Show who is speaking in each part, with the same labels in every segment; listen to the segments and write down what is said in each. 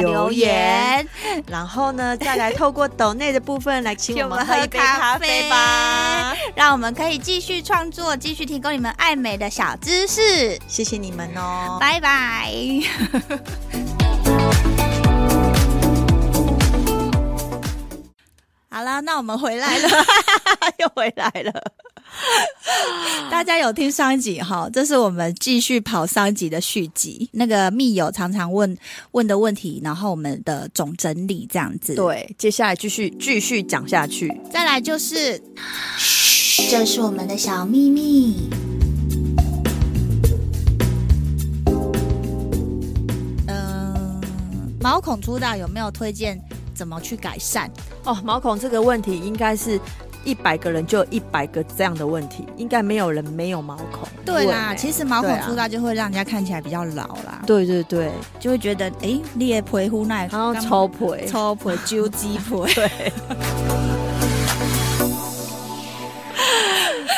Speaker 1: 留言，。然后呢，再来透过抖内的部分来请
Speaker 2: 请
Speaker 1: 我
Speaker 2: 我
Speaker 1: 们
Speaker 2: 们
Speaker 1: 喝
Speaker 2: 喝
Speaker 1: 一
Speaker 2: 一
Speaker 1: 杯
Speaker 2: 杯
Speaker 1: 咖
Speaker 2: 咖
Speaker 1: 啡
Speaker 2: 啡
Speaker 1: 吧。
Speaker 2: 让我们可以继续创作，继续提供你们爱美的小知识。
Speaker 1: 谢谢你们 哦。
Speaker 2: 拜拜。好啦，那我们回来了，
Speaker 1: 又回来了，
Speaker 2: 大家有听上一集哈？这是我们继续跑上一集的续集。那个密友常常问问的问题，然后我们的总整理这样子。，
Speaker 1: 对，接下来继续继续讲下去。
Speaker 2: 再来就是，这是我们的小秘密。嗯，毛孔出道有没有推荐怎么去改善？
Speaker 1: 哦，毛孔这个问题应该是一百个人就有一百个这样的问题，应该没有人没有毛孔。
Speaker 2: 对啦，
Speaker 1: 实
Speaker 2: 其实毛
Speaker 1: 对
Speaker 2: 孔
Speaker 1: 啊
Speaker 2: 粗大就会让人家看起来比较老啦，
Speaker 1: 对对对，
Speaker 2: 就会觉得诶，裂皮肤那
Speaker 1: 然后抽婆，欸
Speaker 2: 抽皮、揪鸡皮，
Speaker 1: 对。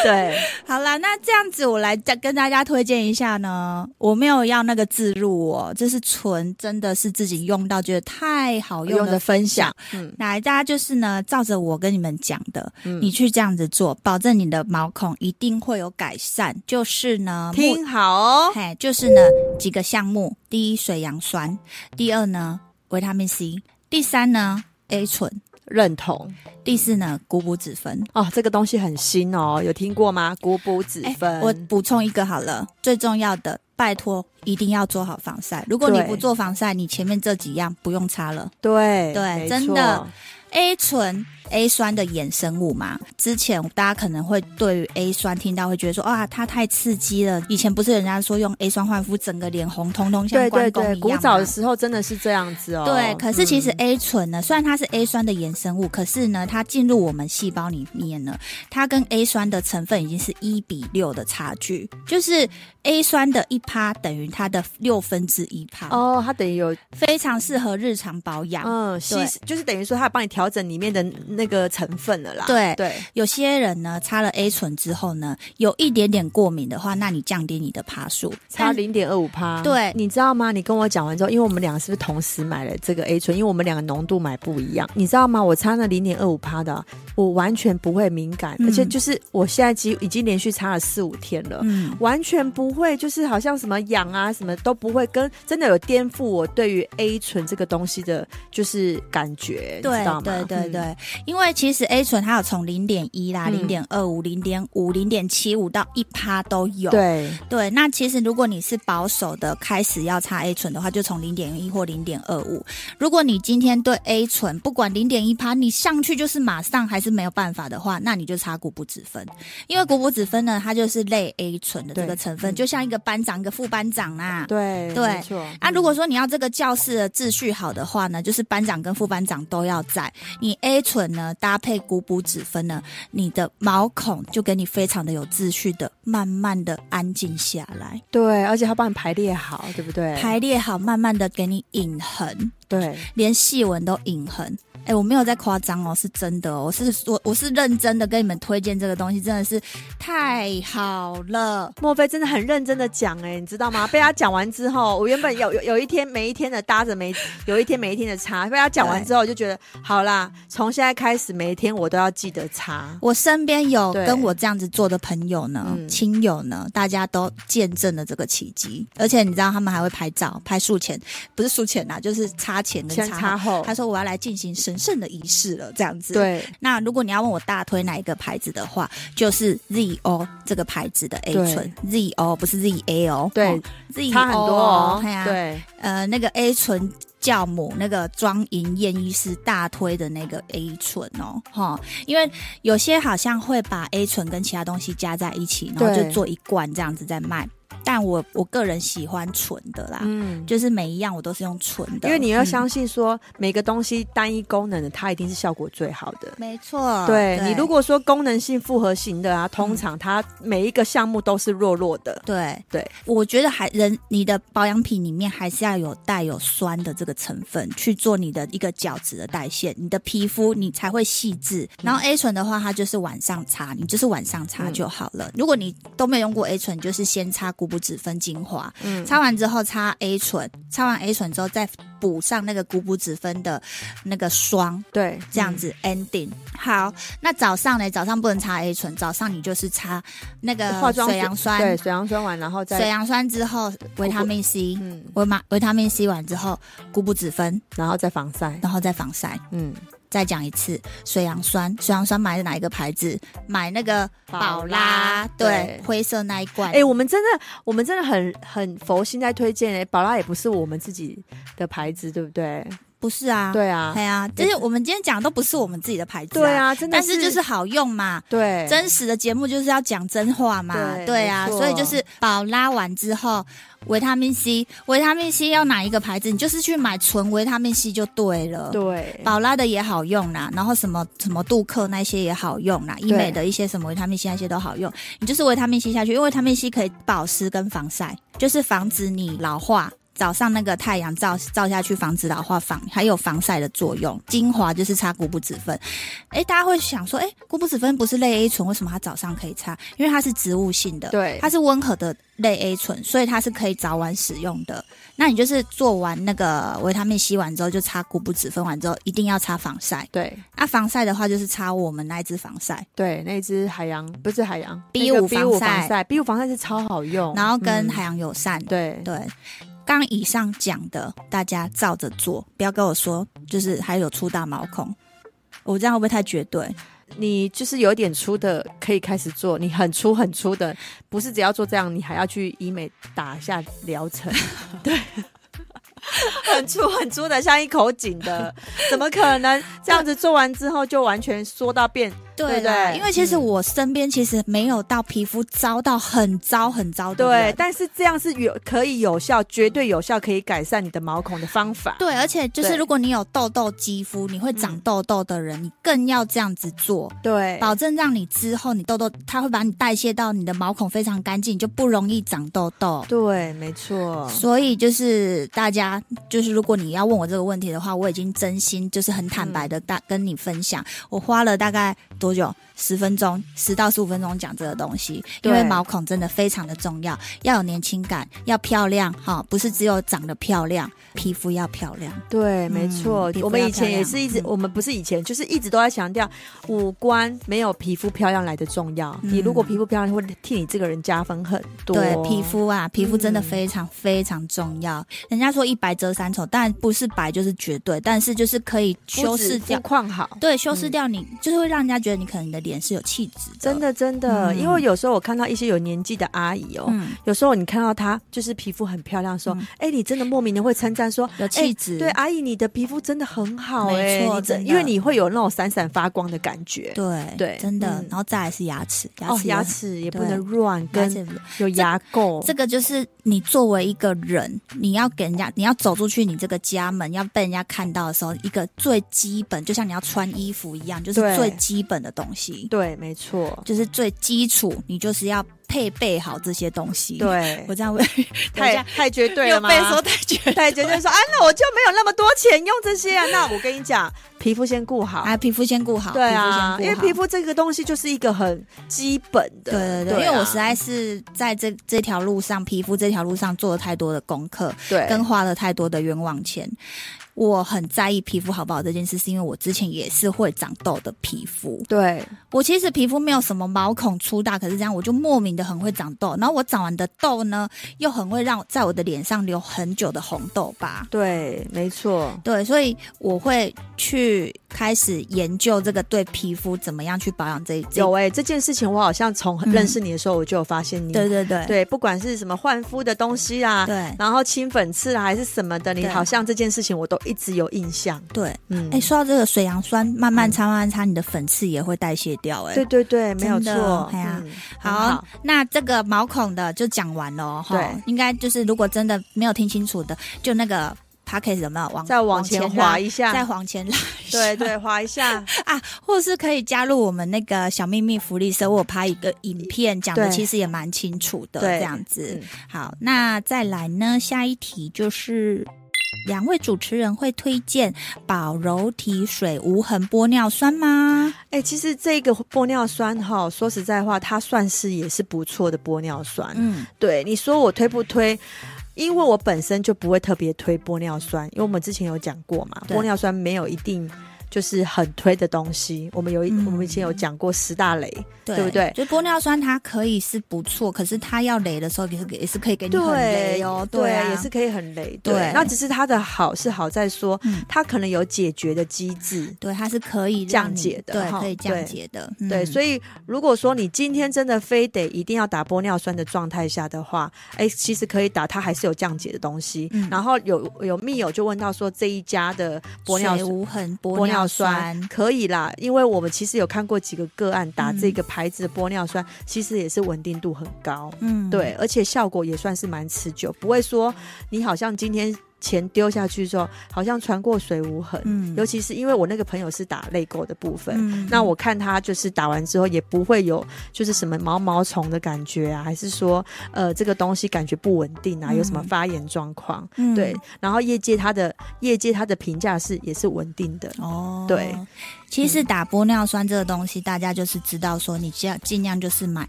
Speaker 1: 对，
Speaker 2: 好啦，那这样子我来再跟大家推荐一下呢，我没有要那个自入哦，这是纯真的是自己用到觉得太好用
Speaker 1: 用的
Speaker 2: 的。
Speaker 1: 分享，嗯
Speaker 2: 来，大家就是呢，照着我跟你们讲的，
Speaker 1: 嗯
Speaker 2: 你去这样子做，保证你的毛孔一定会有改善。就是呢，目
Speaker 1: 听好哦，
Speaker 2: 嘿，就是呢几个项目：第一，水杨酸；第二呢，维他命 C；第三呢，A 醇；
Speaker 1: 认同
Speaker 2: 第四呢，谷补脂酚。
Speaker 1: 哦，这个东西很新哦，有听过吗？谷补脂
Speaker 2: 哎
Speaker 1: 分，
Speaker 2: 我补充一个好了，最重要的，拜托一定要做好防晒。如果你
Speaker 1: 对
Speaker 2: 不做防晒，你前面这几样不用擦了。
Speaker 1: 对
Speaker 2: 对
Speaker 1: 没
Speaker 2: 真
Speaker 1: 错
Speaker 2: 的 A 醇、A 酸的衍生物嘛，之前大家可能会对于 A 酸听到会觉得说，啊，它太刺激了。以前不是人家说用 A 酸换肤，整个脸红彤彤，像
Speaker 1: 对
Speaker 2: 关
Speaker 1: 对
Speaker 2: 公一
Speaker 1: 对，
Speaker 2: 样
Speaker 1: 古早
Speaker 2: 吗
Speaker 1: 的时候真的是这样子哦。
Speaker 2: 对，可是其实
Speaker 1: 嗯
Speaker 2: A 醇呢，虽然它是 A 酸的衍生物，可是呢，它进入我们细胞里面呢，它跟 A 酸的成分已经是一比六的差距，就是 A 酸的一趴等于它的六分之一趴，哦，
Speaker 1: 哦，它等于有
Speaker 2: 非常适合日常保养。
Speaker 1: 嗯稀
Speaker 2: 对
Speaker 1: 释，就是等于说它帮你调整里面的那个成分了啦。
Speaker 2: 对
Speaker 1: 对，
Speaker 2: 有些人呢，擦了 A 醇之后呢，有一点点过敏的话，那你降低你的趴数。
Speaker 1: 差
Speaker 2: 但
Speaker 1: 零点二五趴。
Speaker 2: 对
Speaker 1: 你知道吗？你跟我讲完之后，因为我们两个是不是同时买了这个 A 醇？因为我们两个浓度买不一样，你知道吗？我擦那零点二五趴的，啊我完全不会敏感，
Speaker 2: 嗯
Speaker 1: 而且就是我现在几乎已经连续擦了四五天了。
Speaker 2: 嗯，
Speaker 1: 完全不会，就是好像什么痒啊，什么都不会，跟真的有颠覆我对于 A 醇这个东西的，就是感觉，你
Speaker 2: 对
Speaker 1: 知道吗？
Speaker 2: 对对
Speaker 1: 嗯
Speaker 2: 对，因为其实 A 醇它有从零点一啦、零
Speaker 1: 嗯
Speaker 2: 点二五、零点五、零点七五到一趴都有。
Speaker 1: 对，
Speaker 2: 对，那其实如果你是保守的，开始要擦 A 醇的话，就从零点一或零点二五。如果你今天对 A 醇不管零点一趴，你上去就是马上还是没有办法的话，那你就擦谷布脂酚，因为谷布脂酚呢，它就是类 A 醇的这个
Speaker 1: 对
Speaker 2: 成分，
Speaker 1: 嗯
Speaker 2: 就像一个班长、一个副班长啦、
Speaker 1: 对
Speaker 2: 对
Speaker 1: 没错。
Speaker 2: 啊，如果说你要这个教室的秩序好的话呢，就是班长跟副班长都要在。你 A 醇呢搭配谷补脂酚呢，你的毛孔就给你非常的有秩序的，慢慢的安静下来。
Speaker 1: 对，而且它帮你排列好，对不对？
Speaker 2: 排列好，慢慢的给你隐痕，
Speaker 1: 对，
Speaker 2: 连细纹都隐痕。哎，我没有在夸张哦，是真的哦，我是我我是认真的跟你们推荐这个东西，真的是太好了。
Speaker 1: 莫非真的很认真的讲哎、你知 道吗？被他讲完之后，我原本有有有一天每一天的搭着每有一天每一天的擦，被他讲完之后，我就觉得好啦，从现在开始每一天我都要记得擦。
Speaker 2: 我身边有
Speaker 1: 对
Speaker 2: 跟我这样子做的朋友呢，
Speaker 1: 嗯
Speaker 2: 亲友呢，大家都见证了这个奇迹，而且你知道他们还会拍照，拍术前不是术前啦，就是擦前跟
Speaker 1: 先
Speaker 2: 擦
Speaker 1: 擦
Speaker 2: 后。
Speaker 1: 后
Speaker 2: 他，说我要来进行神圣的仪式了，这样子。
Speaker 1: 对
Speaker 2: 那如果你要问我大推哪一个牌子的话，就是 ZO 这个牌子的 A
Speaker 1: 对
Speaker 2: 醇，ZO 不是 ZA 哦，
Speaker 1: 对
Speaker 2: 哦，，ZO
Speaker 1: 差很多哦。
Speaker 2: 对啊，
Speaker 1: 对，
Speaker 2: 呃，那个 A 醇酵母，那个庄银燕医师大推的那个 A 醇哦，哈，因为有些好像会把 A 醇跟其他东西加在一起，然后
Speaker 1: 对
Speaker 2: 就做一罐这样子在卖。但我我个人喜欢纯的啦，
Speaker 1: 嗯，
Speaker 2: 就是每一样我都是用纯啊的，
Speaker 1: 因为你要
Speaker 2: 嗯、
Speaker 1: 相信说每个东西单一功能的，它一定是效果最好的。
Speaker 2: 没错，
Speaker 1: 对你如果说功能性复合型
Speaker 2: 嗯
Speaker 1: 的啊，通常它每一个项目都是弱弱的。
Speaker 2: 对
Speaker 1: 对，
Speaker 2: 我觉得还人你的保养品里面还是要有带有酸的这个成分去做你的一个角质的代谢，你的皮肤你才会细
Speaker 1: 嗯
Speaker 2: 致。然后 A 醇的话，它就是晚上擦，你就是晚上
Speaker 1: 嗯
Speaker 2: 擦就好了。如果你都没有用过 A 醇，就是先擦固不脂分精华，
Speaker 1: 嗯，
Speaker 2: 擦完之后擦 A 醇，擦完 A 醇之后再补上那个固不脂分的那个霜，
Speaker 1: 对，嗯
Speaker 2: 这样子 ending。好，那早上呢？早上不能擦 A 醇，早上你就是擦那个
Speaker 1: 化妆
Speaker 2: 水
Speaker 1: 水
Speaker 2: 杨酸，
Speaker 1: 对，水杨酸完，然后
Speaker 2: 水
Speaker 1: 再
Speaker 2: 杨酸之后，维他命 C，
Speaker 1: 嗯，
Speaker 2: 维马维他命 C 完之后，固不脂分，
Speaker 1: 然后再防晒。
Speaker 2: 然后再防晒。
Speaker 1: 嗯，
Speaker 2: 再讲一次，水杨酸，水杨酸买的哪一个牌子？买那个宝拉，对，
Speaker 1: 对
Speaker 2: 灰色那一罐。
Speaker 1: 哎、我们真的，我们真的很很佛心在推荐哎、宝拉也不是我们自己的牌子，对不对？
Speaker 2: 不是啊，
Speaker 1: 对啊，
Speaker 2: 对啊，就是我们今天讲的都不是我们自己的牌子、
Speaker 1: 对，啊，真的
Speaker 2: 但是就是好用嘛。
Speaker 1: 对，
Speaker 2: 真实的节目就是要讲真话嘛，
Speaker 1: 对
Speaker 2: 对啊，
Speaker 1: 没错
Speaker 2: 所以就是宝拉完之后，维他命 C，维他命 C 要哪一个牌子？你就是去买纯维他命 C 就对了。
Speaker 1: 对，
Speaker 2: 宝拉的也好用啦，然后什么什么杜克那些也好用啦，医美的一些什么维他命 C 那些都好用。你就是维他命 C 下去，因为维他命 C 可以保湿跟防晒，就是防止你老化。早上那个太阳照照下去，防止老化防，还有防晒的作用。精华就是擦固不脂分，诶，大家会想说，诶，固不脂分不是类 A 醇，为什么它早上可以擦？因为它是植物性的，
Speaker 1: 对
Speaker 2: 它是温和的类 A 醇，所以它是可以早晚使用的。那你就是做完那个维他命 C 完之后，就擦固不脂分完之后，一定要擦防晒。
Speaker 1: 对
Speaker 2: 啊，防晒的话就是擦我们那一支防晒，
Speaker 1: 对，那只海洋不是海洋
Speaker 2: B5
Speaker 1: 那个 B
Speaker 2: 防
Speaker 1: 五
Speaker 2: 晒
Speaker 1: 防晒，B 五防晒是超好用，
Speaker 2: 然后跟
Speaker 1: 嗯
Speaker 2: 海洋友善。
Speaker 1: 对
Speaker 2: 对，刚以上讲的大家照着做，不要跟我说就是还有粗大毛孔，我这样会不会太绝对？
Speaker 1: 你就是有点粗的可以开始做，你很粗很粗的，不是只要做这样，你还要去医美打一下疗程，对。很粗很粗的，像一口井的，怎么可能这样子做完之后就完全缩到变？
Speaker 2: 对嗯
Speaker 1: 对
Speaker 2: 啦
Speaker 1: 不对
Speaker 2: 因为其实我身边其实没有到皮肤糟到很糟很糟的人
Speaker 1: 对，但是这样是有可以有效，绝对有效，可以改善你的毛孔的方法。
Speaker 2: 对，而且就是
Speaker 1: 对
Speaker 2: 如果你有痘痘肌肤，你会长
Speaker 1: 嗯
Speaker 2: 痘痘的人，你更要这样子做，
Speaker 1: 对
Speaker 2: 保证让你之后你痘痘它会把你代谢到你的毛孔非常干净，你就不容易长痘痘。
Speaker 1: 对，没错。
Speaker 2: 所以就是大家，就是如果你要问我这个问题的话，我已经真心就是很坦白
Speaker 1: 嗯
Speaker 2: 的大跟你分享，我花了大概多久？十分钟，十到十五分钟讲这个东西，因为
Speaker 1: 对
Speaker 2: 毛孔真的非常的重要，要有年轻感，要漂亮哈、不是只有长得漂亮，皮肤要漂亮。
Speaker 1: 对，没
Speaker 2: 嗯
Speaker 1: 错。
Speaker 2: 皮肤
Speaker 1: 我们
Speaker 2: 要
Speaker 1: 以
Speaker 2: 漂
Speaker 1: 前也
Speaker 2: 亮
Speaker 1: 是一直，
Speaker 2: 嗯
Speaker 1: 我们不是以前，就是一直都在强调五官没有皮肤漂亮来的重要。你如果
Speaker 2: 嗯
Speaker 1: 皮肤漂亮，会替你这个人加分很多。
Speaker 2: 对皮肤啊，皮肤真的
Speaker 1: 嗯
Speaker 2: 非常非常重要。人家说一白遮三丑，但不是白就是绝对，但是就是可以修
Speaker 1: 肤质
Speaker 2: 饰
Speaker 1: 肤
Speaker 2: 掉。
Speaker 1: 况好。
Speaker 2: 对，修饰掉你，就是会让人家觉得你可能你的脸是有气质的。
Speaker 1: 真，的，真的，因为有时候我看到一些有年纪的阿姨哦，
Speaker 2: 嗯，
Speaker 1: 有时候你看到她就是皮肤很漂亮，说
Speaker 2: 嗯，
Speaker 1: 哎、你真的莫名的会称赞 说，
Speaker 2: 有气质。
Speaker 1: 哎对，啊阿姨你的皮肤真的很好、
Speaker 2: 没
Speaker 1: 哎，
Speaker 2: 错
Speaker 1: 你
Speaker 2: 真的
Speaker 1: 因为你会有那种闪闪发光的感觉。
Speaker 2: 对
Speaker 1: 对
Speaker 2: 真的。
Speaker 1: 嗯
Speaker 2: 然后再来是牙齿，牙
Speaker 1: 哦，
Speaker 2: 齿也
Speaker 1: 牙
Speaker 2: 很
Speaker 1: 齿也不
Speaker 2: 对
Speaker 1: 能乱，
Speaker 2: 牙
Speaker 1: 跟
Speaker 2: 齿
Speaker 1: 有牙垢。
Speaker 2: 这个就是你作为一个人，你要给人家，你要走出去，你这个家门要被人家看到的时候，一个最基本，就像你要穿衣服一样，就是
Speaker 1: 对
Speaker 2: 最基本的东西，
Speaker 1: 对，没错，
Speaker 2: 就是最基础，你就是要配备好这些东西。，
Speaker 1: 对
Speaker 2: 我，这样会等一
Speaker 1: 太
Speaker 2: 下
Speaker 1: 太绝对
Speaker 2: 又
Speaker 1: 了吗？
Speaker 2: 被说太绝对。
Speaker 1: 太绝对说啊，那我就没有那么多钱用这些啊。那我跟你讲，皮肤先顾好。
Speaker 2: 啊，皮肤先顾好，
Speaker 1: 对啊，
Speaker 2: 皮肤
Speaker 1: 因
Speaker 2: 先
Speaker 1: 为
Speaker 2: 顾好
Speaker 1: 皮肤这个东西就是一个很基本的。
Speaker 2: 对对对，
Speaker 1: 啊
Speaker 2: 因为我实在是在这这条路上，皮肤这条路上做了太多的功课，
Speaker 1: 对
Speaker 2: 跟花了太多的冤枉钱。我很在意皮肤好不好这件事，是因为我之前也是会长痘的皮肤。
Speaker 1: 对
Speaker 2: 我其实皮肤没有什么毛孔粗大，可是这样我就莫名的很会长痘。然后我长完的痘呢，又很会让我在我的脸上留很久的红痘疤。
Speaker 1: 对，没错。
Speaker 2: 对，所以我会去开始研究这个对皮肤怎么样去保养这一这一
Speaker 1: 有哎、这件事情我好像从
Speaker 2: 嗯
Speaker 1: 认识你的时候我就有发现你，
Speaker 2: 对对对
Speaker 1: 对，不管是什么换肤的东西啊，
Speaker 2: 对
Speaker 1: 然后清粉刺啊还是什么的，你
Speaker 2: 对
Speaker 1: 好像这件事情我都一直有印象。
Speaker 2: 对。
Speaker 1: 嗯，
Speaker 2: 哎、说到这个水杨酸，慢慢擦慢慢擦，你的粉刺也会代谢掉、哎，
Speaker 1: 对对对，没有
Speaker 2: 真的
Speaker 1: 错。
Speaker 2: 哎呀
Speaker 1: 嗯很
Speaker 2: 好，那这个毛孔的就讲完了哦哈
Speaker 1: 对，
Speaker 2: 应该就是如果真的没有听清楚的，就那个 p a c k a g e 有没有往
Speaker 1: 再往前滑
Speaker 2: 一
Speaker 1: 一下，
Speaker 2: 再往前拉一下，
Speaker 1: 对对，滑一下。
Speaker 2: 啊，或者是可以加入我们那个小秘密福利社，我有拍一个影片，讲的
Speaker 1: 对
Speaker 2: 其实也蛮清楚的，
Speaker 1: 对
Speaker 2: 这样子
Speaker 1: 嗯。
Speaker 2: 好，那再来呢，下一题就是。两位主持人会推荐保柔体水无痕玻尿酸吗？
Speaker 1: 哎、其实这个玻尿酸哈，说实在话，它算是也是不错的玻尿酸。
Speaker 2: 嗯，
Speaker 1: 对，你说我推不推？因为我本身就不会特别推玻尿酸，因为我们之前有讲过嘛，
Speaker 2: 对
Speaker 1: 玻尿酸没有一定就是很推的东西。我们有一、
Speaker 2: 嗯
Speaker 1: 我们以前有讲过十大雷，
Speaker 2: 对
Speaker 1: 对不对
Speaker 2: 就玻尿酸它可以是不错，可是它要雷的时候也是也是可以给你很
Speaker 1: 对
Speaker 2: 雷哦，
Speaker 1: 对
Speaker 2: 啊，
Speaker 1: 也是可以很雷。对，
Speaker 2: 对
Speaker 1: 那只是它的好是好在说，
Speaker 2: 嗯
Speaker 1: 它可能有解决的机制。
Speaker 2: 对，它是可以让
Speaker 1: 降
Speaker 2: 你
Speaker 1: 解的
Speaker 2: 对，
Speaker 1: 哈
Speaker 2: 可以降
Speaker 1: 对
Speaker 2: 解的，
Speaker 1: 对，
Speaker 2: 以
Speaker 1: 所以如果说你今天真的非得一定要打玻尿酸的状态下的话，哎，其实可以打，它还是有降解的东西。
Speaker 2: 嗯
Speaker 1: 然后有有密友就问到说这一家的玻尿
Speaker 2: 嗯水
Speaker 1: 酸。
Speaker 2: 无痕玻
Speaker 1: 玻
Speaker 2: 尿酸
Speaker 1: 尿酸，可以啦，因为我们其实有看过几个个案打这个牌子的玻尿酸，其实也是稳定度很高，
Speaker 2: 嗯，
Speaker 1: 对，而且效果也算是蛮持久，不会说你好像今天钱丢下去之后，好像传过水无痕。
Speaker 2: 嗯，
Speaker 1: 尤其是因为我那个朋友是打泪沟的部分，
Speaker 2: 嗯
Speaker 1: 那我看他就是打完之后也不会有就是什么毛毛虫的感觉啊，还是说呃这个东西感觉不稳定啊，
Speaker 2: 嗯
Speaker 1: 有什么发炎状况？
Speaker 2: 嗯
Speaker 1: 对，然后业界他的业界他的评价是也是稳定的，
Speaker 2: 哦，
Speaker 1: 对，嗯
Speaker 2: 其实打玻尿酸这个东西，大家就是知道说，你尽量尽量就是买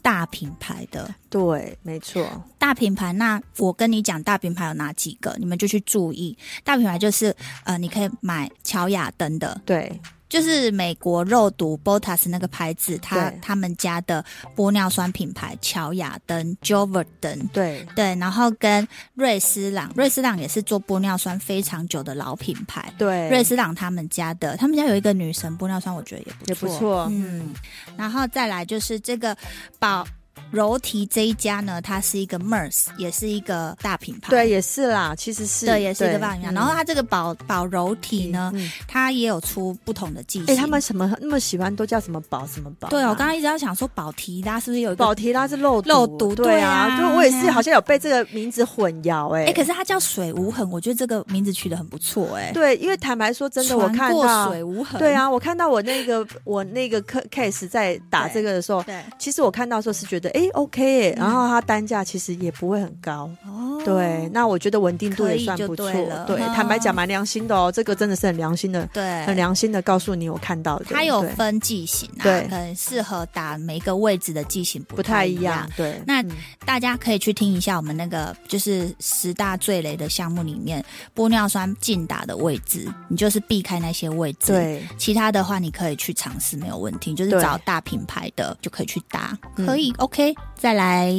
Speaker 2: 大品牌的。
Speaker 1: 对，没错，
Speaker 2: 大品牌，那我跟你讲，大品牌有哪几个，你们就去注意。大品牌就是，呃，你可以买乔雅登的，
Speaker 1: 对
Speaker 2: 就是美国肉毒 Botas 那个牌子，它
Speaker 1: 对
Speaker 2: 他们家的玻尿酸品牌乔雅登 Joverdon，
Speaker 1: 对
Speaker 2: 对，然后跟瑞斯朗，瑞斯朗也是做玻尿酸非常久的老品牌，
Speaker 1: 对，
Speaker 2: 瑞斯朗他们家的，他们家有一个女神玻尿酸，我觉得也不
Speaker 1: 也不错
Speaker 2: 嗯，然后再来就是这个宝柔缇这一家呢，它是一个 MERS，也是一个大品牌，
Speaker 1: 对也是啦，其实是嗯
Speaker 2: 对，也是一个大
Speaker 1: 棒
Speaker 2: 品牌。然后它这个宝宝柔缇呢，
Speaker 1: 嗯
Speaker 2: 它也有出不同的剂
Speaker 1: 哎、
Speaker 2: 型。
Speaker 1: 他们什么那么喜欢都叫什么宝什么宝啊？
Speaker 2: 对哦，我刚刚一直要想说宝缇拉是不是有一
Speaker 1: 宝
Speaker 2: 个？
Speaker 1: 提拉是肉
Speaker 2: 肉毒
Speaker 1: 对
Speaker 2: 对啊
Speaker 1: 啊，就我也
Speaker 2: 对
Speaker 1: 是
Speaker 2: 啊
Speaker 1: 好像有被这个名字混淆哎、
Speaker 2: 哎、可是它叫水无痕，我觉得这个名字取得很不错哎、
Speaker 1: 对，因为坦白说，真的我
Speaker 2: 船
Speaker 1: 看
Speaker 2: 过
Speaker 1: 到
Speaker 2: 水，无痕，
Speaker 1: 对，啊，我看到我那个 我那个 ca- case 在打
Speaker 2: 对
Speaker 1: 这个的时候，
Speaker 2: 对，
Speaker 1: 其实我看到的时候是觉得，哎，OK，耶
Speaker 2: 嗯
Speaker 1: 然后它单价其实也不会很高。
Speaker 2: 哦，
Speaker 1: 对，那我觉得稳定度
Speaker 2: 可
Speaker 1: 也
Speaker 2: 以
Speaker 1: 算
Speaker 2: 就
Speaker 1: 不错
Speaker 2: 对了。
Speaker 1: 对，
Speaker 2: 嗯
Speaker 1: 坦白讲，蛮良心的哦，这个真的是很良心的，
Speaker 2: 对，
Speaker 1: 很良心的告诉你我看到的。
Speaker 2: 它有
Speaker 1: 对
Speaker 2: 分剂型啊，
Speaker 1: 对
Speaker 2: 可能适合打每个位置的剂型不
Speaker 1: 不太
Speaker 2: 一
Speaker 1: 一样，对。
Speaker 2: 那
Speaker 1: 嗯
Speaker 2: 大家可以去听一下我们那个就是十大最雷的项目里面，玻尿酸禁打的位置，你就是避开那些位置。，
Speaker 1: 对，
Speaker 2: 其他的话你可以去尝试，没有问题。就是
Speaker 1: 对
Speaker 2: 找大品牌的就可以去打，
Speaker 1: 嗯
Speaker 2: 可以、OK。再来，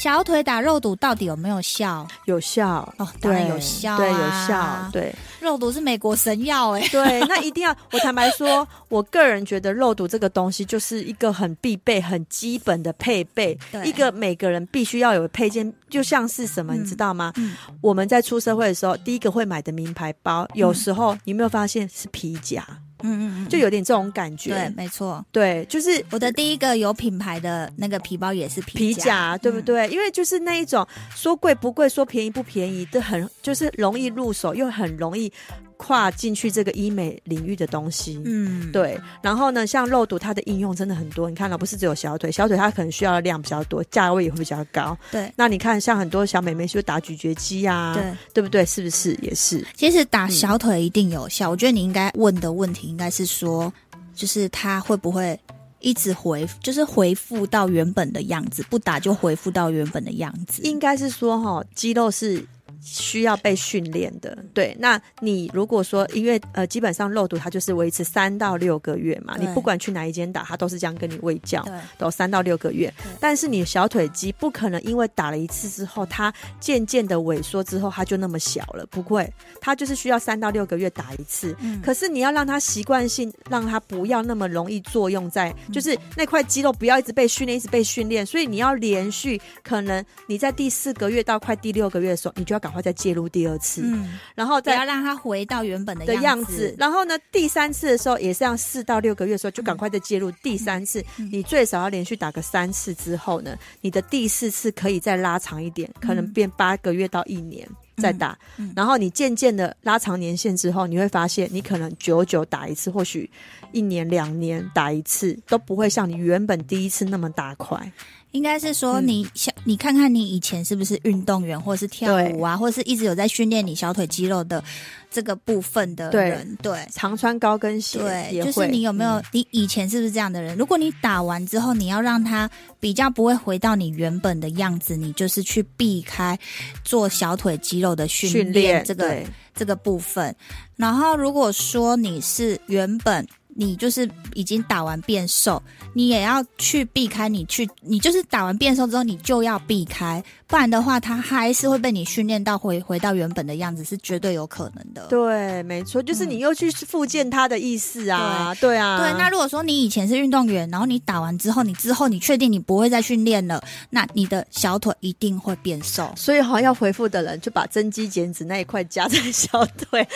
Speaker 2: 小腿打肉毒到底有没有效？
Speaker 1: 有效。
Speaker 2: 哦，当然
Speaker 1: 对，
Speaker 2: 有效、啊，
Speaker 1: 对，有效，。对，
Speaker 2: 肉毒是美国神药哎、
Speaker 1: 对，那一定要。我坦白说，我个人觉得肉毒这个东西就是一个很必备、很基本的配备
Speaker 2: 对，哦
Speaker 1: 一个每个人必须要有的配件，就像是什么，
Speaker 2: 嗯
Speaker 1: 你知道吗？
Speaker 2: 嗯
Speaker 1: 我们在出社会的时候，第一个会买的名牌包，有时候、你有没有发现是皮夹，
Speaker 2: 嗯嗯嗯，
Speaker 1: 就有点这种感觉。
Speaker 2: 对，没错。
Speaker 1: 对，就是
Speaker 2: 我的第一个有品牌的那个皮包也是皮嗯
Speaker 1: 皮夹，对不？对？因为就是那一种说贵不贵，说便宜不便宜，都很就是容易入手，又很容易跨进去这个医美领域的东西。
Speaker 2: 嗯，嗯，
Speaker 1: 对，然后呢，像肉毒它的应用真的很多，你看了不是只有小腿，小腿它可能需要的量比较多，价位也会比较高。
Speaker 2: 对
Speaker 1: 那你看，像很多小美眉就打咀嚼肌呀、啊，
Speaker 2: 对，
Speaker 1: 对不对？是不是也是？
Speaker 2: 其实打小腿一定有效。我觉得你应该问的问题应该是说，就是它会不会一直回，就是回复到原本的样子，不打就回复到原本的样子。
Speaker 1: 应该是说哈、肌肉是需要被训练的。对，那你如果说因为呃，基本上肉毒它就是维持三到六个月嘛，
Speaker 2: 对
Speaker 1: 你不管去哪一间打，它都是这样跟你喂教。
Speaker 2: 对
Speaker 1: 都三到六个月
Speaker 2: 对，
Speaker 1: 但是你小腿肌不可能因为打了一次之后，它渐渐的萎缩之后，它就那么小了，不会，它就是需要三到六个月打一次。
Speaker 2: 嗯
Speaker 1: 可是你要让它习惯性，让它不要那么容易作用在，
Speaker 2: 嗯
Speaker 1: 就是那块肌肉不要一直被训练，一直被训练，所以你要连续，可能你在第四个月到快第六个月的时候，你就要赶快再介入第二次，
Speaker 2: 嗯，
Speaker 1: 然后
Speaker 2: 不
Speaker 1: 再
Speaker 2: 要让它回到原本的
Speaker 1: 的样子
Speaker 2: 子。。
Speaker 1: 然后呢，第三次的时候也是这样，四到六个月的时候就
Speaker 2: 嗯
Speaker 1: 赶快再介入第三次。你最少要连续打个三次之后呢，你的第四次可以再拉长一点，可能变八个月到一年。再打，
Speaker 2: 嗯
Speaker 1: 然后你渐渐的拉长年限之后，你会发现你可能久久打一次，或许一年两年打一次都不会像你原本第一次那么大块。
Speaker 2: 应该是说
Speaker 1: 嗯
Speaker 2: 你小，你看看你以前是不是运动员，或是跳舞啊，或是一直有在训练你小腿肌肉的这个部分的
Speaker 1: 对
Speaker 2: 人，对。
Speaker 1: 常穿高跟鞋
Speaker 2: 对，
Speaker 1: 也会，嗯
Speaker 2: 就是你有没有、你以前是不是这样的人？如果你打完之后，你要让它比较不会回到你原本的样子，你就是去避开做小腿肌肉的
Speaker 1: 嗯
Speaker 2: 训
Speaker 1: 训练
Speaker 2: 这个
Speaker 1: 对
Speaker 2: 这个部分。然后如果说你是原本你就是已经打完变瘦，你也要去避开你去，你就是打完变瘦之后你就要避开，不然的话它还是会被你训练到回回到原本的样子，是绝对有可能的。嗯
Speaker 1: 对，没错，就是你又去复健他的意思啊，对啊，。
Speaker 2: 对，那如果说你以前是运动员，然后你打完之后，你之后你确定你不会再训练了，那你的小腿一定会变瘦
Speaker 1: 所以好像要回复的人就把增肌减脂那一块加在小腿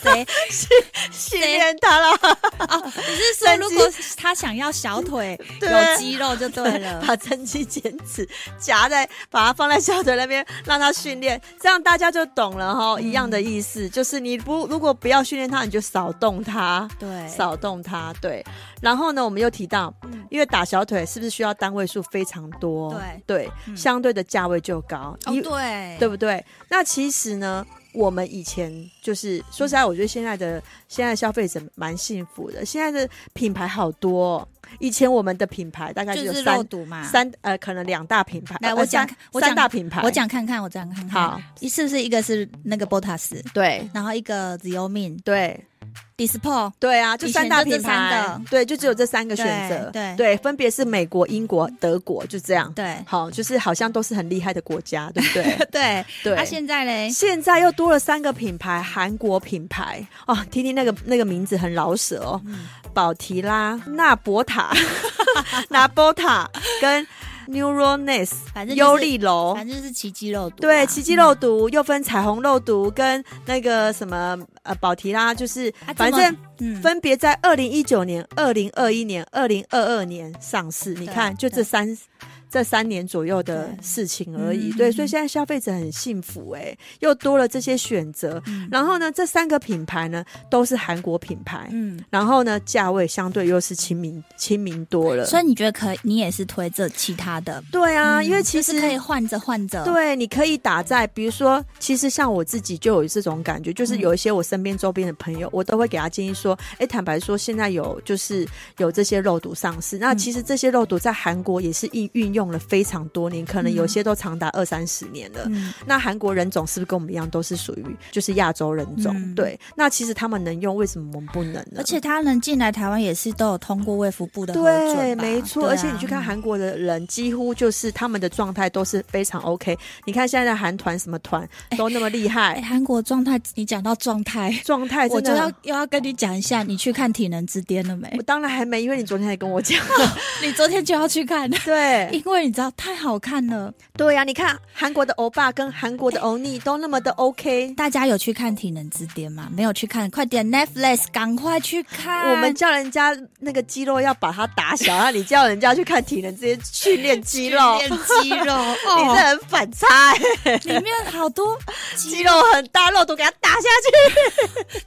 Speaker 2: 谁
Speaker 1: 训练他啦，
Speaker 2: 哦你是
Speaker 1: 说如果
Speaker 2: 他想要小腿
Speaker 1: 有
Speaker 2: 肌肉就对了
Speaker 1: 把增肌减脂夹在，把它放在小腿那边让他训练，这样大家就懂了哈，一
Speaker 2: 嗯
Speaker 1: 样的意思，就是你不如果不要训练它，你就少动它。
Speaker 2: 对，
Speaker 1: 少动它，对。然后呢，我们又提到，
Speaker 2: 嗯
Speaker 1: 因为打小腿是不是需要单位数非常多？
Speaker 2: 对
Speaker 1: 对，
Speaker 2: 嗯
Speaker 1: 相对的价位就高。
Speaker 2: 哦
Speaker 1: 一
Speaker 2: 对
Speaker 1: 对不对？那其实呢，我们以前就是说实在，我觉得现在的现在消费者蛮幸福的，现在的品牌好多、哦。以前我们的品牌大概有
Speaker 2: 就是
Speaker 1: 三
Speaker 2: 肉毒嘛。
Speaker 1: 三呃，可能两大品牌。
Speaker 2: 来
Speaker 1: 呃
Speaker 2: 我讲
Speaker 1: 三
Speaker 2: 我讲
Speaker 1: 三大品牌，
Speaker 2: 我讲看看，我讲看看，
Speaker 1: 好，
Speaker 2: 是不是一个是那个 Botas，
Speaker 1: 对
Speaker 2: 然后一个 Ziomin、
Speaker 1: 对
Speaker 2: Dispo，
Speaker 1: 对啊，就
Speaker 2: 以前
Speaker 1: 三大
Speaker 2: 就这
Speaker 1: 品
Speaker 2: 三
Speaker 1: 牌
Speaker 2: 个，
Speaker 1: 对，就只有这三个选择，
Speaker 2: 对对
Speaker 1: 对，分别是美国、英国、德国，就这样。
Speaker 2: 对
Speaker 1: 好，就是好像都是很厉害的国家，对 不对？
Speaker 2: 对，
Speaker 1: 对。
Speaker 2: 啊，现在嘞，
Speaker 1: 现在又多了三个品牌，韩国品牌哦，听听那个那个名字很老舍哦，
Speaker 2: 嗯
Speaker 1: 宝缇拉、纳博塔、 拿波塔跟 Neurones
Speaker 2: 反正就是
Speaker 1: 优利楼。
Speaker 2: 反正就是嗯奇迹肉毒啊，
Speaker 1: 哦对，奇迹肉毒、又分彩虹肉毒跟那个什么呃宝缇拉，就是、
Speaker 2: 啊
Speaker 1: 反
Speaker 2: 这么
Speaker 1: 正
Speaker 2: 嗯
Speaker 1: 分别在二零一九年、二零二一年、二零二二年上市。你
Speaker 2: 对
Speaker 1: 看，就
Speaker 2: 对
Speaker 1: 这三这三年左右的
Speaker 2: 对
Speaker 1: 事情而已。
Speaker 2: 嗯
Speaker 1: 对，所以现在消费者很幸福哎、又多了这些选择。
Speaker 2: 嗯
Speaker 1: 然后呢，这三个品牌呢都是韩国品牌，
Speaker 2: 嗯，
Speaker 1: 然后呢价位相对又是亲民亲民多了。
Speaker 2: 所以你觉得可以，你也是推这其他的
Speaker 1: 对啊，因为
Speaker 2: 嗯
Speaker 1: 其
Speaker 2: 就
Speaker 1: 实
Speaker 2: 是可以换着换着，
Speaker 1: 对，你可以打在，比如说，其实像我自己就有这种感觉，就是
Speaker 2: 嗯
Speaker 1: 有一些我身边周边的朋友，我都会给他建议说，哎，坦白说，现在有就是有这些肉毒上市，那
Speaker 2: 嗯
Speaker 1: 其实这些肉毒在韩国也是运运用了非常多年，可能有
Speaker 2: 嗯
Speaker 1: 些都长达二三十年了。
Speaker 2: 嗯，
Speaker 1: 那韩国人种是不是跟我们一样，都是属于就是亚洲人种？
Speaker 2: 嗯
Speaker 1: 对，那其实他们能用，为什么我们不能呢？
Speaker 2: 而且他能进来台湾也是都有通过卫福部的核
Speaker 1: 对，
Speaker 2: 准吧
Speaker 1: 没错。
Speaker 2: 对啊
Speaker 1: 而且你去看韩国的人，几乎就是他们的状态都是非常 OK。你看现在的韩团什么团都那么厉
Speaker 2: 哎，
Speaker 1: 害，
Speaker 2: 韩国状态，你讲到状态，
Speaker 1: 状态
Speaker 2: 我
Speaker 1: 哎
Speaker 2: 哎就
Speaker 1: 真
Speaker 2: 要
Speaker 1: 的。
Speaker 2: 又要跟你讲一下，你去看《体能之巅》了没
Speaker 1: 我？当然还没，因为你昨天还跟我讲。
Speaker 2: 你昨天就要去看，
Speaker 1: 对
Speaker 2: 因为你知道太好看了。
Speaker 1: 对啊呀、你看韩国的欧巴跟韩国的欧尼都那么的 OK。
Speaker 2: 大家有去看《体能之巅》吗？没有去看，快点 Netflix，赶快去看。
Speaker 1: 我们叫人家那个肌肉要把它打小，然后你叫人家去看体能，直接训练肌肉，
Speaker 2: 练
Speaker 1: 你
Speaker 2: 肌肉，
Speaker 1: 这
Speaker 2: 哦，
Speaker 1: 很反差、欸，
Speaker 2: 里面好多
Speaker 1: 肌
Speaker 2: 肌
Speaker 1: 肉很大，肉都给它打下去，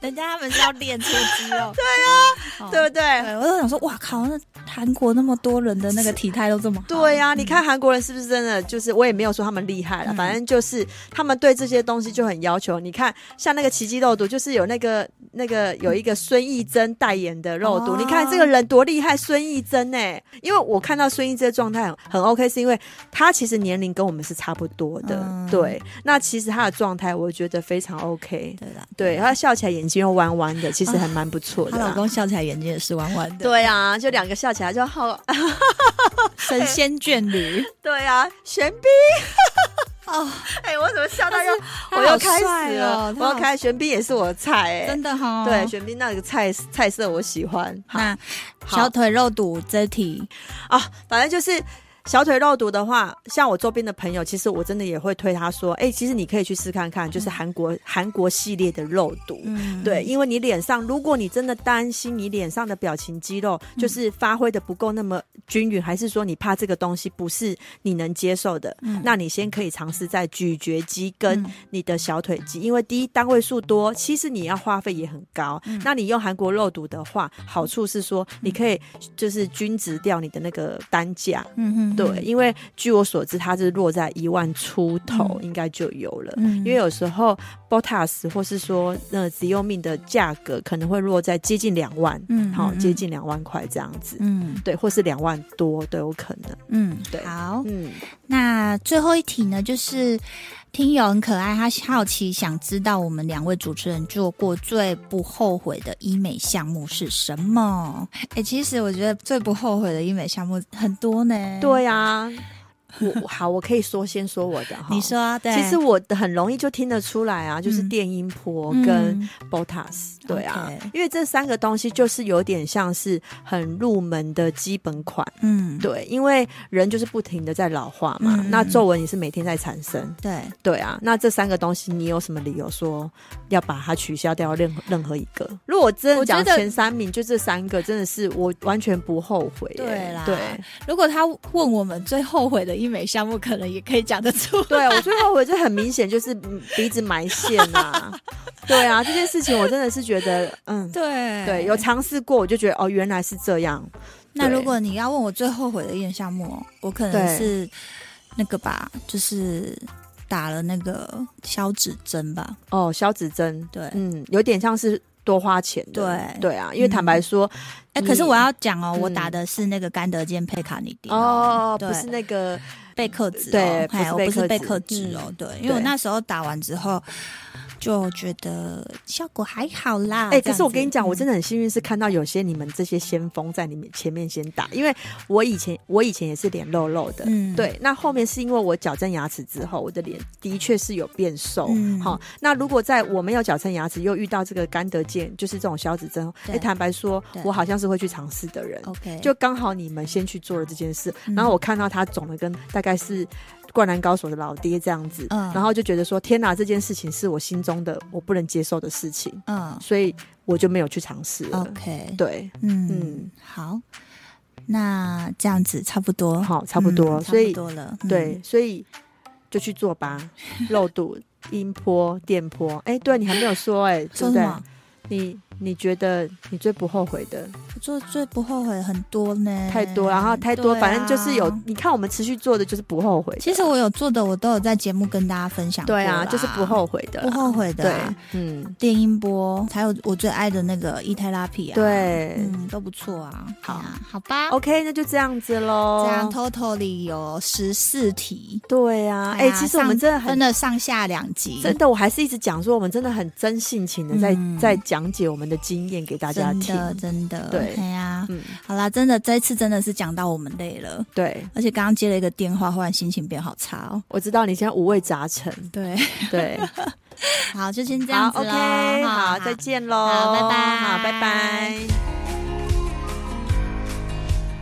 Speaker 2: 人家他们是要练出肌 肉。对啊，
Speaker 1: 对不对？
Speaker 2: 对，我就想说，哇靠，那韩国那么多人的那个体态都这么好，
Speaker 1: 对呀、你看韩国人是不是真的就是我也没有说他们厉害了，
Speaker 2: 嗯
Speaker 1: 反正就是他们对这些东西就很要求。你看，像那个奇迹肉毒，就是有那个那个有一个孙艺珍代言的肉毒，
Speaker 2: 哦
Speaker 1: 你看这个人多厉害，孙艺珍哎，因为我看到孙艺珍的状态很很 OK，是因为她其实年龄跟我们是差不多的，
Speaker 2: 嗯
Speaker 1: 对。那其实她的状态，我觉得非常 OK，
Speaker 2: 对啦，
Speaker 1: 对，她笑起来眼睛又弯弯的，其实还蛮不错的
Speaker 2: 她
Speaker 1: 啦、
Speaker 2: 老公笑起来眼睛也是弯弯的，，
Speaker 1: 啊对啊，就两个笑起来就好，
Speaker 2: 神仙眷侣
Speaker 1: 对啊，玄 彬，
Speaker 2: 哦，
Speaker 1: 哎、我怎么笑到又
Speaker 2: 他
Speaker 1: 我又
Speaker 2: 好
Speaker 1: 开
Speaker 2: 帅
Speaker 1: 始
Speaker 2: 哦
Speaker 1: 了，
Speaker 2: 他
Speaker 1: 我要
Speaker 2: 好
Speaker 1: 开玄彬也是我的菜哎、
Speaker 2: 真的哦哈、
Speaker 1: 对，玄彬那个菜菜色我喜欢。好
Speaker 2: 那
Speaker 1: 好
Speaker 2: 小腿肉肚这题，
Speaker 1: 啊，反正就是小腿肉毒的话，像我周边的朋友，其实我真的也会推他说，哎、其实你可以去试看看，就是韩国韩、国系列的肉毒。
Speaker 2: 嗯，
Speaker 1: 对，因为你脸上，如果你真的担心你脸上的表情肌肉
Speaker 2: 嗯
Speaker 1: 就是发挥的不够那么均匀，还是说你怕这个东西不是你能接受的，
Speaker 2: 嗯
Speaker 1: 那你先可以尝试在咀嚼肌跟
Speaker 2: 嗯
Speaker 1: 你的小腿肌，因为第一单位数多，其实你要花费也很高。
Speaker 2: 嗯
Speaker 1: 那你用韩国肉毒的话，好处是说你可以就是均值掉你的那个单价。
Speaker 2: 嗯哼，
Speaker 1: 对，因为据我所知，它是落在一万出头，
Speaker 2: 嗯
Speaker 1: 应该就有了。
Speaker 2: 嗯，
Speaker 1: 因为有时候 Botas 或是说呃那 z i o m i 的价格可能会落在接近两万，
Speaker 2: 嗯
Speaker 1: 好、
Speaker 2: 嗯
Speaker 1: 接近两万块这样子，
Speaker 2: 嗯
Speaker 1: 对，或是两万多都有可能。
Speaker 2: 嗯，
Speaker 1: 对
Speaker 2: 好，
Speaker 1: 嗯，
Speaker 2: 那最后一题呢，就是听友很可爱，他好奇想知道我们两位主持人做过最不后悔的医美项目是什么？哎、其实我觉得最不后悔的医美项目很多呢。，
Speaker 1: 对啊，我好，我可以说先说我的哈。
Speaker 2: 你说啊对，
Speaker 1: 其实我很容易就听得出来啊，就是
Speaker 2: 嗯
Speaker 1: 电音波
Speaker 2: 嗯
Speaker 1: 跟 Botas，、对啊
Speaker 2: OK
Speaker 1: 因为这三个东西就是有点像是很入门的基本款，
Speaker 2: 嗯
Speaker 1: 对，因为人就是不停的在老化嘛，
Speaker 2: 嗯
Speaker 1: 那皱纹也是每天在产生，
Speaker 2: 对，
Speaker 1: 对啊，那这三个东西你有什么理由说要把它取消掉任何任何一个？如果真的
Speaker 2: 我觉
Speaker 1: 讲
Speaker 2: 得
Speaker 1: 前三名，就这三个真的是我完全不后悔耶、
Speaker 2: 对啦
Speaker 1: 对
Speaker 2: 如果他问我们最后悔的医美项目，可能也可以讲得出。
Speaker 1: 对，我最后悔就很明显就是嗯鼻子埋线啊， 对啊，这件事情我真的是觉得，嗯，
Speaker 2: 对
Speaker 1: 对，有尝试过，我就觉得哦，原来是这样。
Speaker 2: 那
Speaker 1: 对
Speaker 2: 如果你要问我最后悔的一点项目哦，我可能
Speaker 1: 对
Speaker 2: 是那个吧，就是打了那个消脂针吧。
Speaker 1: 哦，消脂针，
Speaker 2: 对，哎、
Speaker 1: 嗯，有点像是多花钱的，
Speaker 2: 对
Speaker 1: 对啊，因为
Speaker 2: 嗯
Speaker 1: 坦白说，你
Speaker 2: 可是我要讲哦，
Speaker 1: 嗯
Speaker 2: 我打的是那个甘德健佩卡尼丁
Speaker 1: 哦，
Speaker 2: 对
Speaker 1: 不是那个，
Speaker 2: 贝克子、哦，
Speaker 1: 对不是
Speaker 2: 哎，我不是贝
Speaker 1: 贝
Speaker 2: 克
Speaker 1: 克
Speaker 2: 子
Speaker 1: 子
Speaker 2: 哦，
Speaker 1: 嗯
Speaker 2: 对，因为我
Speaker 1: 对
Speaker 2: 那时候打完之后就觉得效果还好啦。
Speaker 1: 哎、
Speaker 2: 这
Speaker 1: 可
Speaker 2: 样
Speaker 1: 是我跟
Speaker 2: 子
Speaker 1: 你讲，我
Speaker 2: 嗯
Speaker 1: 真的很幸运，是看到有些你们这些先锋在你们前面先打，因为我以前我以前也是脸肉肉的，
Speaker 2: 嗯
Speaker 1: 对，那后面是因为我矫正牙齿之后，我的脸的确是有变瘦，
Speaker 2: 嗯
Speaker 1: 好、那如果在我没有矫正牙齿，又遇到这个甘德健，就是这种消脂针，哎、
Speaker 2: 对
Speaker 1: 坦白说
Speaker 2: 对，
Speaker 1: 我好像是会去尝试的人，
Speaker 2: OK，
Speaker 1: 就刚好你们先去做了这件事，
Speaker 2: 嗯
Speaker 1: 然后我看到他肿的跟大概是。灌篮高手的老爹这样子，
Speaker 2: 嗯
Speaker 1: 然后就觉得说天哪，这件事情是我心中的我不能接受的事情，
Speaker 2: 嗯
Speaker 1: 所以我就没有去尝试了。
Speaker 2: ，OK，
Speaker 1: 对，
Speaker 2: 嗯
Speaker 1: 嗯，
Speaker 2: 好，那这样子差不多，
Speaker 1: 好，差不多。
Speaker 2: 嗯
Speaker 1: 所以
Speaker 2: 差不多了，
Speaker 1: 对，所以就去做吧。肉毒、音波、电波，哎、对你还没有说哎、
Speaker 2: 嗯，
Speaker 1: 对
Speaker 2: 说
Speaker 1: 不
Speaker 2: 什
Speaker 1: 对？
Speaker 2: 么？
Speaker 1: 你你觉得你最不后悔的
Speaker 2: 我做最不后悔很多呢，
Speaker 1: 太多，然后太多，
Speaker 2: 对啊
Speaker 1: 反正就是有。你看我们持续做的就是不后悔的。
Speaker 2: 其实我有做的，我都有在节目跟大家分享过
Speaker 1: 对
Speaker 2: 啦。
Speaker 1: 啊，就是不后悔的
Speaker 2: 不
Speaker 1: 啦，
Speaker 2: 后悔的啊、
Speaker 1: 对，嗯，
Speaker 2: 电音波，还有我最爱的那个伊泰拉皮啊，，
Speaker 1: 对。
Speaker 2: 嗯，都不错啊。
Speaker 1: 好哦
Speaker 2: 对啊，好吧。
Speaker 1: OK，那就这样子喽。
Speaker 2: 这样 total 里有十四题，
Speaker 1: 对啊，哎、
Speaker 2: 呀
Speaker 1: 其实我们
Speaker 2: 上
Speaker 1: 真的很
Speaker 2: 分了上下两集，
Speaker 1: 真的，我还是一直讲说，我们真的很真性情的在、
Speaker 2: 嗯
Speaker 1: 在讲解我们的经验给大家
Speaker 2: 真
Speaker 1: 听。
Speaker 2: 的真的，
Speaker 1: 对
Speaker 2: 哎呀，
Speaker 1: 嗯，
Speaker 2: 好啦，真的这一次真的是讲到我们累了，
Speaker 1: 对，
Speaker 2: 而且刚刚接了一个电话，忽然心情变好差哦。
Speaker 1: 我知道你现在五味杂陈。
Speaker 2: 对，
Speaker 1: 对，
Speaker 2: 好，就先 这
Speaker 1: 好
Speaker 2: 样子咯
Speaker 1: ，OK，好，再。见喽，
Speaker 2: 好拜拜
Speaker 1: 好，拜拜。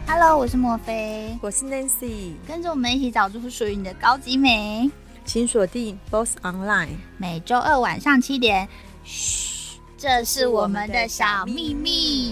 Speaker 2: Hello，我是莫菲，
Speaker 1: 我是 Nancy，
Speaker 2: 跟着我们一起找出属于你的高级美。
Speaker 1: 请锁定 Boss Online。
Speaker 2: 每周二晚上七点，嘘，这是我们的小秘密。